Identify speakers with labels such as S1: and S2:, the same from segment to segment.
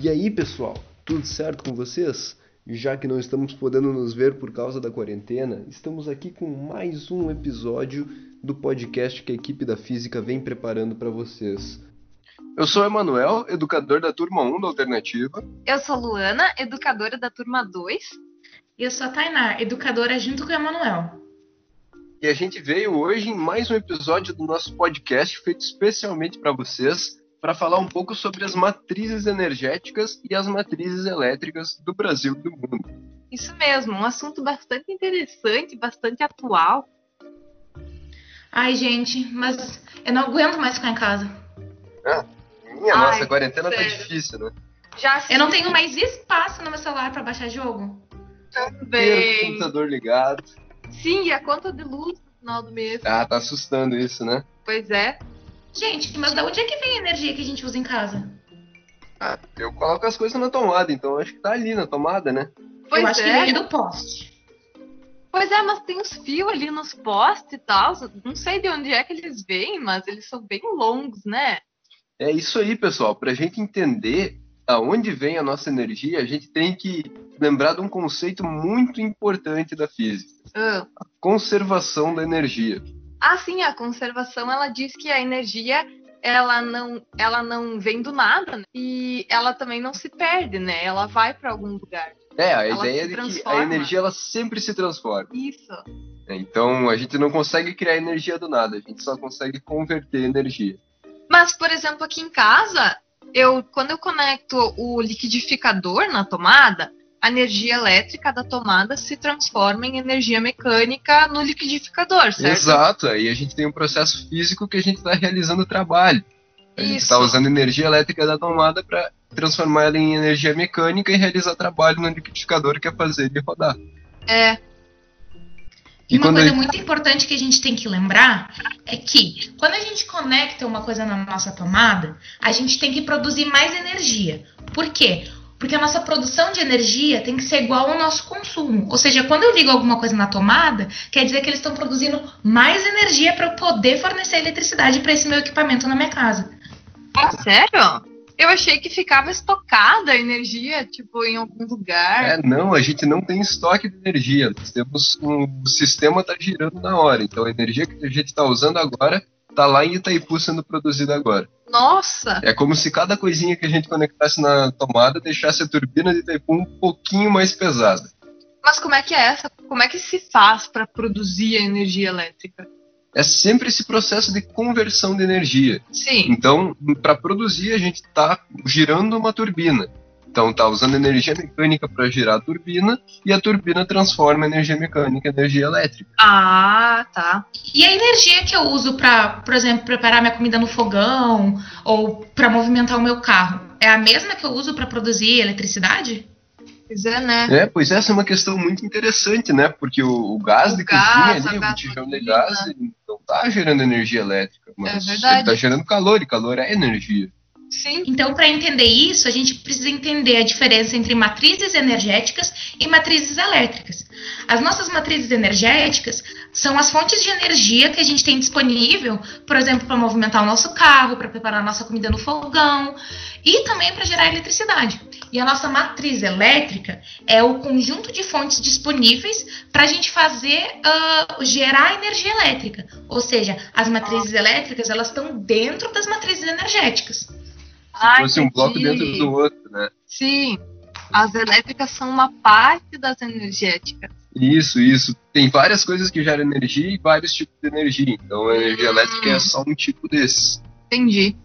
S1: E aí, pessoal, tudo certo com vocês? Já que não estamos podendo nos ver por causa da quarentena, estamos aqui com mais um episódio do podcast que a equipe da física vem preparando para vocês.
S2: Eu sou Emanuel, educador da turma 1 da Alternativa.
S3: Eu sou Luana, educadora da turma 2.
S4: E eu sou a Tainá, educadora junto com o Emanuel.
S2: E a gente veio hoje em mais um episódio do nosso podcast feito especialmente para vocês, para falar um pouco sobre as matrizes energéticas e as matrizes elétricas do Brasil e do mundo.
S3: Isso mesmo, um assunto bastante interessante, bastante atual.
S4: Ai, gente, mas eu não aguento mais ficar em casa.
S2: Ah, minha nossa,
S3: Ai,
S2: a quarentena tá
S3: sério.
S2: difícil, né?
S3: Já
S4: Eu não tenho mais espaço no meu celular para baixar jogo.
S2: Ter o
S3: também.
S2: computador ligado.
S4: então.
S3: Sim, e a conta de luz no final do mês.
S2: Ah, tá assustando isso, né?
S3: Pois é.
S4: Gente, mas da onde é que vem a energia que a gente usa em casa?
S2: Ah, eu coloco as coisas na tomada, então acho que tá ali na tomada, né?
S3: Pois
S4: eu acho que
S3: é.
S4: vem do poste.
S3: Pois é, mas tem uns fios ali nos postes e tal. Não sei de onde é que eles vêm, mas eles são bem longos, né?
S2: É isso aí, pessoal. Para a gente entender aonde vem a nossa energia, a gente tem que lembrar de um conceito muito importante da física:
S3: Ah.
S2: conservação da energia.
S3: Ah, sim, a conservação ela diz que a energia ela não, ela não vem do nada né? e ela também não se perde, né? Ela vai para algum lugar.
S2: É, a
S3: Ela
S2: ideia
S3: se
S2: de que a
S3: transforma.
S2: energia ela sempre se transforma.
S3: Isso.
S2: né? Então a gente não consegue criar energia do nada, a gente só consegue converter energia.
S3: Mas, por exemplo, aqui em casa, eu quando eu conecto o liquidificador na tomada, a energia elétrica da tomada se transforma em energia mecânica no liquidificador, certo?
S2: Exato, aí a gente tem um processo físico que a gente está realizando o trabalho. A gente está
S3: Isso.
S2: usando energia elétrica da tomada para transformar ela em energia mecânica e realizar trabalho no liquidificador que é fazer ele rodar.
S3: É,
S2: E
S4: E, uma
S2: quando
S4: coisa
S2: a-
S4: muito importante que a gente tem que lembrar é que quando a gente conecta uma coisa na nossa tomada, a gente tem que produzir mais energia. Por quê? Porque a nossa produção de energia tem que ser igual ao nosso consumo. Ou seja, quando eu ligo alguma coisa na tomada, quer dizer que eles estão produzindo mais energia para eu poder fornecer eletricidade para esse meu equipamento na minha casa.
S3: Ah, sério? Eu achei que ficava estocada a energia, tipo, em algum lugar.
S2: É, não, a gente não tem estoque de energia. Nós temos um o sistema está girando na hora. Então a energia que a gente está usando agora está lá em Itaipu sendo produzida agora.
S3: Nossa!
S2: É como se cada coisinha que a gente conectasse na tomada deixasse a turbina de Itaipu um pouquinho mais pesada.
S3: Mas como é que é essa? Como é que se faz para produzir a energia elétrica?
S2: É sempre esse processo de conversão de energia.
S3: Sim.
S2: Então, para produzir, a gente está girando uma turbina. Então, está usando energia mecânica para girar a turbina e a turbina transforma a energia mecânica em energia elétrica.
S3: Ah, tá.
S4: E a energia que eu uso para, por exemplo, preparar minha comida no fogão ou para movimentar o meu carro, é a mesma que eu uso para produzir eletricidade?
S3: Pois é, né?
S2: É, pois essa é uma questão muito interessante, né? Porque o, o gás
S3: O
S2: de cozinha
S3: gás,
S2: ali,
S3: a
S2: o botijão de
S3: gasolina.
S2: gás, ele não tá gerando energia elétrica, mas
S3: É verdade.
S2: ele tá gerando calor, e calor é energia.
S3: Sim.
S4: Então, para entender isso, a gente precisa entender a diferença entre matrizes energéticas e matrizes elétricas. As nossas matrizes energéticas são as fontes de energia que a gente tem disponível, por exemplo, para movimentar o nosso carro, para preparar a nossa comida no fogão e também para gerar eletricidade. E a nossa matriz elétrica é o conjunto de fontes disponíveis para a gente fazer ah, gerar energia elétrica. Ou seja, as matrizes elétricas elas estão dentro das matrizes energéticas.
S3: Ah,
S2: Fosse um bloco
S3: entendi.
S2: dentro do outro, né?
S3: Sim. As elétricas são uma parte das energéticas.
S2: Isso, isso. Tem várias coisas que geram energia e vários tipos de energia. Então a energia elétrica é só um tipo desses.
S3: Entendi.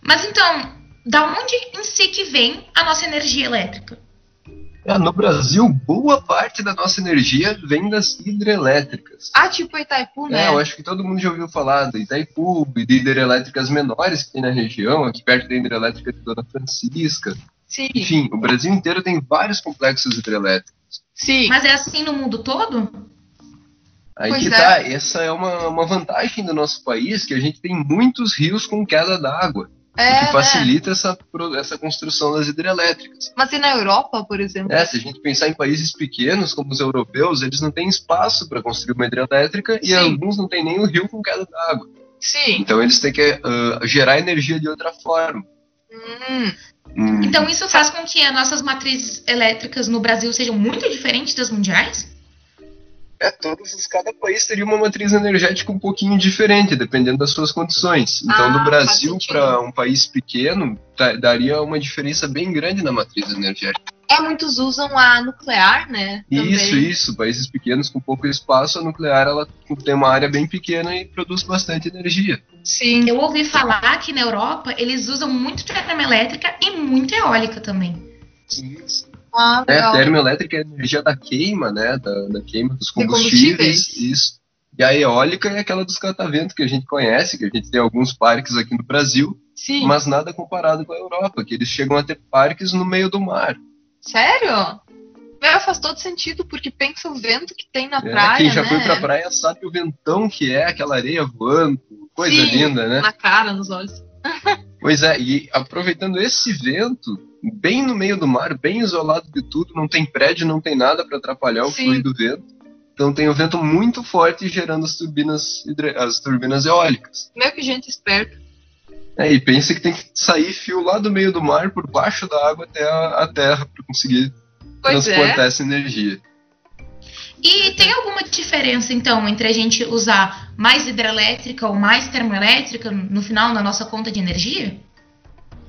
S4: Mas então, da onde em si que vem a nossa energia elétrica?
S2: É, no Brasil, boa parte da nossa energia vem das hidrelétricas.
S3: Ah, tipo Itaipu, né?
S2: É, eu acho que todo mundo já ouviu falar da Itaipu e de hidrelétricas menores que tem na região, aqui perto da hidrelétrica de Dona Francisca.
S3: Sim.
S2: Enfim, o Brasil inteiro tem vários complexos hidrelétricos.
S3: Sim.
S4: Mas é assim no mundo todo?
S2: Aí
S3: Pois
S2: que
S3: é.
S2: tá, essa é uma, uma vantagem do nosso país, que a gente tem muitos rios com queda d'água, o
S3: é,
S2: que
S3: né?
S2: facilita essa, pro- essa construção das hidrelétricas.
S3: Mas e na Europa, por exemplo?
S2: É, se a gente pensar em países pequenos, como os europeus, eles não têm espaço para construir uma hidrelétrica e
S3: Sim.
S2: alguns não têm nem o rio com queda d'água.
S3: Sim.
S2: Então eles têm que ah, gerar energia de outra forma.
S3: Hum,
S2: Hum.
S4: Então isso faz com que as nossas matrizes elétricas no Brasil sejam muito diferentes das mundiais?
S2: É, todos os, cada país teria uma matriz energética um pouquinho diferente, dependendo das suas condições. Então,
S3: Ah,
S2: do
S3: faz
S2: Brasil
S3: sentido.
S2: para um país pequeno, tá- daria uma diferença bem grande na matriz energética.
S3: É, muitos usam a nuclear, né? Também.
S2: Isso, isso. Países pequenos com pouco espaço, a nuclear ela tem uma área bem pequena e produz bastante energia.
S3: Sim.
S4: Eu ouvi falar que na Europa eles usam muito termoelétrica e muito eólica também.
S2: Sim,
S3: Ah,
S2: É,
S3: legal.
S2: termoelétrica é a energia da queima, né? Da, da queima dos
S3: combustíveis.
S2: combustíveis. Isso. E a eólica é aquela dos catavento que a gente conhece, que a gente tem alguns parques aqui no Brasil,
S3: Sim.
S2: mas nada comparado com a Europa, que eles chegam a ter parques no meio do mar.
S3: Sério? Meu, faz todo sentido, porque pensa o vento que tem na
S2: né?
S3: praia,
S2: Quem já
S3: né?
S2: foi pra praia sabe o ventão que é, aquela areia voando, coisa
S3: Sim.
S2: linda, né?
S3: Na cara, nos olhos.
S2: Pois é, e aproveitando esse vento, bem no meio do mar, bem isolado de tudo, não tem prédio, não tem nada para atrapalhar o
S3: Sim.
S2: fluido do vento. Então tem o vento muito forte gerando as turbinas, hidre- as turbinas eólicas.
S3: Meu, que gente esperta.
S2: É, e pensa que tem que sair fio lá do meio do mar, por baixo da água até a, a terra, para conseguir
S3: Pois é.
S2: transportar essa energia.
S4: E tem alguma diferença, então, entre a gente usar mais hidrelétrica ou mais termoelétrica no final na nossa conta de energia?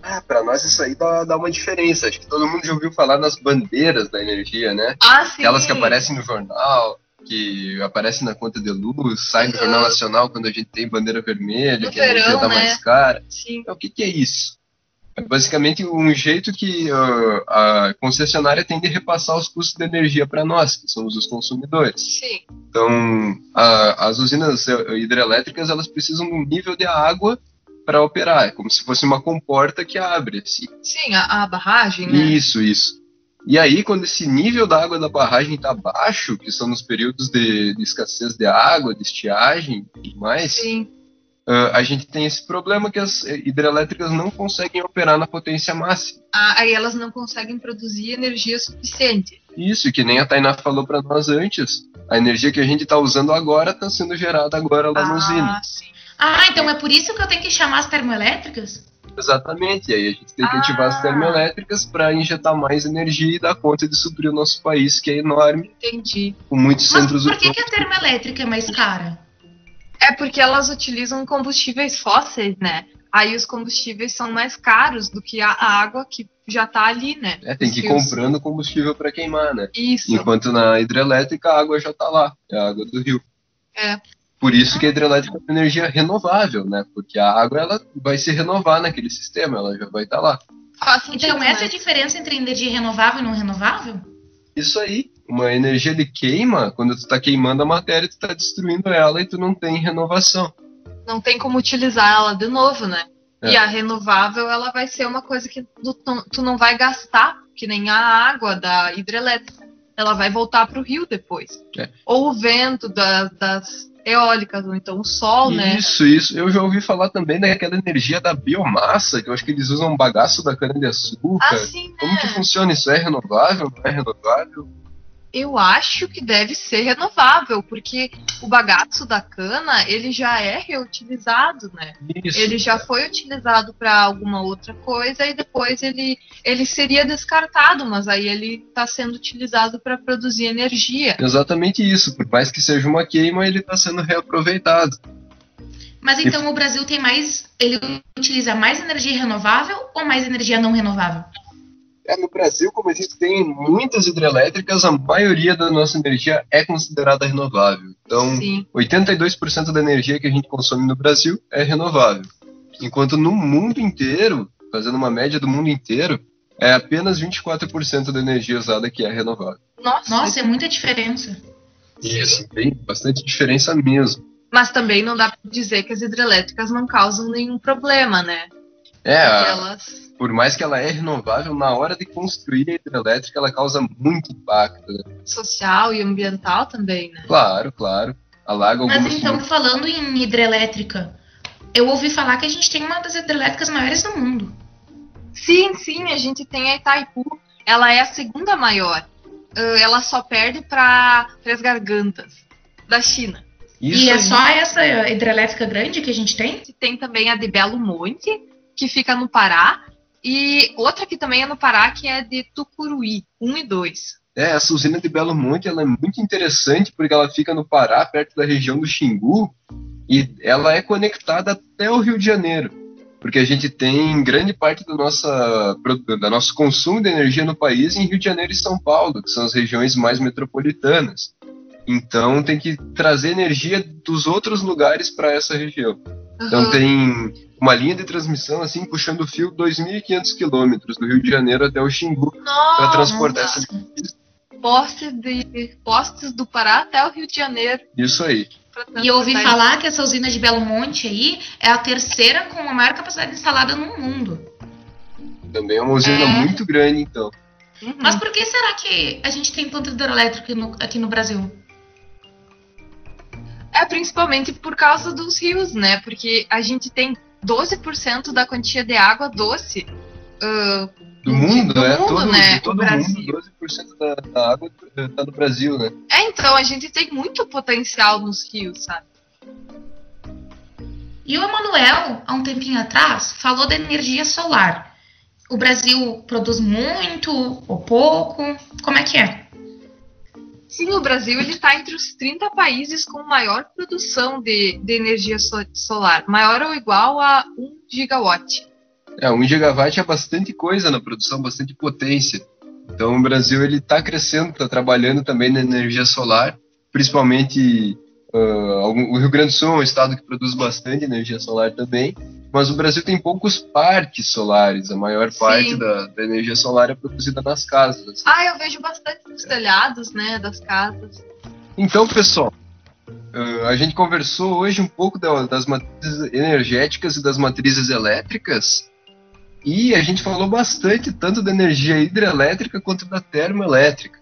S2: Ah, para nós isso aí dá, dá uma diferença. Acho que todo mundo já ouviu falar nas bandeiras da energia, né?
S3: Ah, sim.
S2: Aquelas que aparecem no jornal, que aparecem na conta de luz, sai no
S3: Uhum.
S2: Jornal Nacional quando a gente tem bandeira vermelha,
S3: No
S2: que a energia
S3: verão,
S2: tá
S3: né?
S2: mais cara.
S3: Sim.
S2: Então, o que, que é isso? É basicamente um jeito que ah, a concessionária tem de repassar os custos de energia para nós, que somos os consumidores.
S3: Sim.
S2: Então, a- as usinas eh, hidrelétricas elas precisam do nível de água para operar, é como se fosse uma comporta que abre. Assim.
S3: Sim, a, a barragem, né?
S2: Isso, isso. E aí, quando esse nível da água da barragem está baixo, que são nos períodos de, de escassez de água, de estiagem e tudo mais,
S3: Sim.
S2: ah, a gente tem esse problema que as eh, hidrelétricas não conseguem operar na potência máxima.
S3: Ah, aí elas não conseguem produzir energia suficiente.
S2: Isso, e que nem a Tainá falou para nós antes, a energia que a gente está usando agora está sendo gerada agora lá na usina.
S3: ah, sim.
S4: Ah, então é por isso que eu tenho que chamar as termoelétricas?
S2: Exatamente, e aí a gente tem que
S3: Ah.
S2: ativar as termoelétricas para injetar mais energia e dar conta de suprir o nosso país, que é enorme,
S3: Entendi.
S2: com muitos
S4: Mas
S2: centros
S4: por que,
S2: urbanos.
S4: que a termoelétrica é mais cara?
S3: É porque elas utilizam combustíveis fósseis, né? Aí os combustíveis são mais caros do que a a água que já tá ali, né?
S2: É, tem que ir
S3: Fios.
S2: comprando combustível para queimar, né?
S3: Isso.
S2: Enquanto na hidrelétrica a água já tá lá, é a água do rio.
S3: É.
S2: Por isso que a hidrelétrica é uma energia renovável, né? Porque a água ela vai se renovar naquele sistema, ela já vai estar lá.
S3: Faz sentido,
S4: Então essa
S3: né?
S4: é a diferença entre energia renovável e não renovável?
S2: Isso aí, uma energia de queima, quando tu tá queimando a matéria, tu tá destruindo ela e tu não tem renovação.
S3: não tem como utilizar ela de novo, né?
S2: É.
S3: E a renovável, ela vai ser uma coisa que tu, tu não vai gastar, que nem a água da hidrelétrica. Ela vai voltar para o rio depois.
S2: É.
S3: Ou o vento da- das eólicas, ou então o sol, né?
S2: Isso, isso. Eu já ouvi falar também daquela energia da biomassa, que eu acho que eles usam um bagaço da cana-de-açúcar.
S3: Assim,
S2: Como que
S3: né?
S2: funciona isso? É renovável? Não é renovável?
S3: Eu acho que deve ser renovável, porque o bagaço da cana, ele já é reutilizado, né?
S2: Isso.
S3: Ele já foi utilizado para alguma outra coisa e depois ele, ele seria descartado, mas aí ele está sendo utilizado para produzir energia.
S2: Exatamente isso. Por mais que seja uma queima, ele está sendo reaproveitado.
S4: Mas então o Brasil tem mais. Ele utiliza mais energia renovável ou mais energia não renovável?
S2: É, no Brasil, como a gente tem muitas hidrelétricas, a maioria da nossa energia é considerada renovável. Então,
S3: Sim.
S2: 82% da energia que a gente consome no Brasil é renovável. Enquanto no mundo inteiro, fazendo uma média do mundo inteiro, é apenas 24% da energia usada que é renovável.
S3: Nossa.
S4: Nossa, é muita diferença.
S2: Isso, tem bastante diferença mesmo.
S3: Mas também não dá para dizer que as hidrelétricas não causam nenhum problema, né?
S2: É, a-
S3: Elas.
S2: por mais que ela é renovável, na hora de construir a hidrelétrica, ela causa muito impacto. né?
S3: Social e ambiental também, né?
S2: Claro, claro. Alaga algumas...
S4: Mas então, falando em hidrelétrica, eu ouvi falar que a gente tem uma das hidrelétricas maiores do mundo.
S3: Sim, sim, a gente tem a Itaipu. Ela é a segunda maior. Ah, ela só perde para Três Gargantas, da China.
S4: e é
S2: aí.
S4: só essa hidrelétrica grande que a gente tem?
S3: tem também a de Belo Monte, que fica no Pará, E outra que também é no Pará, que é de Tucuruí, 1 e 2.
S2: É, essa usina de Belo Monte ela é muito interessante porque ela fica no Pará, perto da região do Xingu, e ela é conectada até o Rio de Janeiro, porque a gente tem grande parte do nossa, da nosso consumo de energia no país em Rio de Janeiro e São Paulo, que são as regiões mais metropolitanas. Então tem que trazer energia dos outros lugares para essa região. Então
S3: Aham.
S2: tem uma linha de transmissão assim puxando o fio 2.500 quilômetros do Rio de Janeiro até o Xingu para
S3: Nossa,
S2: transportar essa
S3: postes, de, postes do Pará até o Rio de Janeiro.
S2: Isso aí.
S3: pra
S4: E eu ouvi
S3: transportar
S4: falar que essa usina de Belo Monte aí é a terceira com a maior capacidade instalada no mundo.
S2: Também é uma usina
S4: É.
S2: muito grande, então.
S3: isso. Uhum.
S4: Mas por que será que a gente tem tanto hidrelétrico no- aqui no Brasil?
S3: É principalmente por causa dos rios, né? Porque a gente tem 12% da quantia de água doce. ah,
S2: Do mundo,
S3: Do
S2: é
S3: mundo,
S2: todo,
S3: né?
S2: de todo
S3: O Brasil.
S2: mundo, 12% da, da água está no Brasil, né?
S3: É, então, a gente tem muito potencial nos rios, sabe?
S4: E o Emanuel, há um tempinho atrás, falou da energia solar. O Brasil produz muito ou pouco? Como é que é?
S3: Sim, o Brasil ele está entre os 30 países com maior produção de, de energia so- solar, maior ou igual a 1 gigawatt.
S2: É, um gigawatt é bastante coisa na produção, bastante potência. Então o Brasil ele está crescendo, está trabalhando também na energia solar, principalmente ah, algum- o Rio Grande do Sul é um estado que produz bastante energia solar também, mas o Brasil tem poucos parques solares. A maior
S3: Sim.
S2: parte da, da energia solar é produzida nas casas. assim.
S3: Ah, eu vejo bastante nos telhados, né, das casas.
S2: Então, pessoal, eh, a gente conversou hoje um pouco da- das matrizes energéticas e das matrizes elétricas. E a gente falou bastante tanto da energia hidrelétrica quanto da termoelétrica.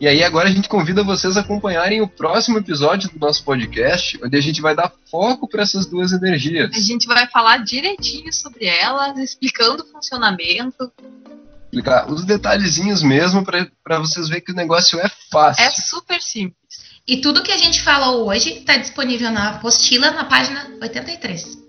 S2: E aí agora a gente convida vocês a acompanharem o próximo episódio do nosso podcast, onde a gente vai dar foco para essas duas energias.
S3: A gente vai falar direitinho sobre elas, explicando o funcionamento.
S2: Explicar os detalhezinhos mesmo para vocês verem que o negócio é fácil.
S3: É super simples.
S4: tá E tudo que a gente falou hoje está disponível na apostila na página 83.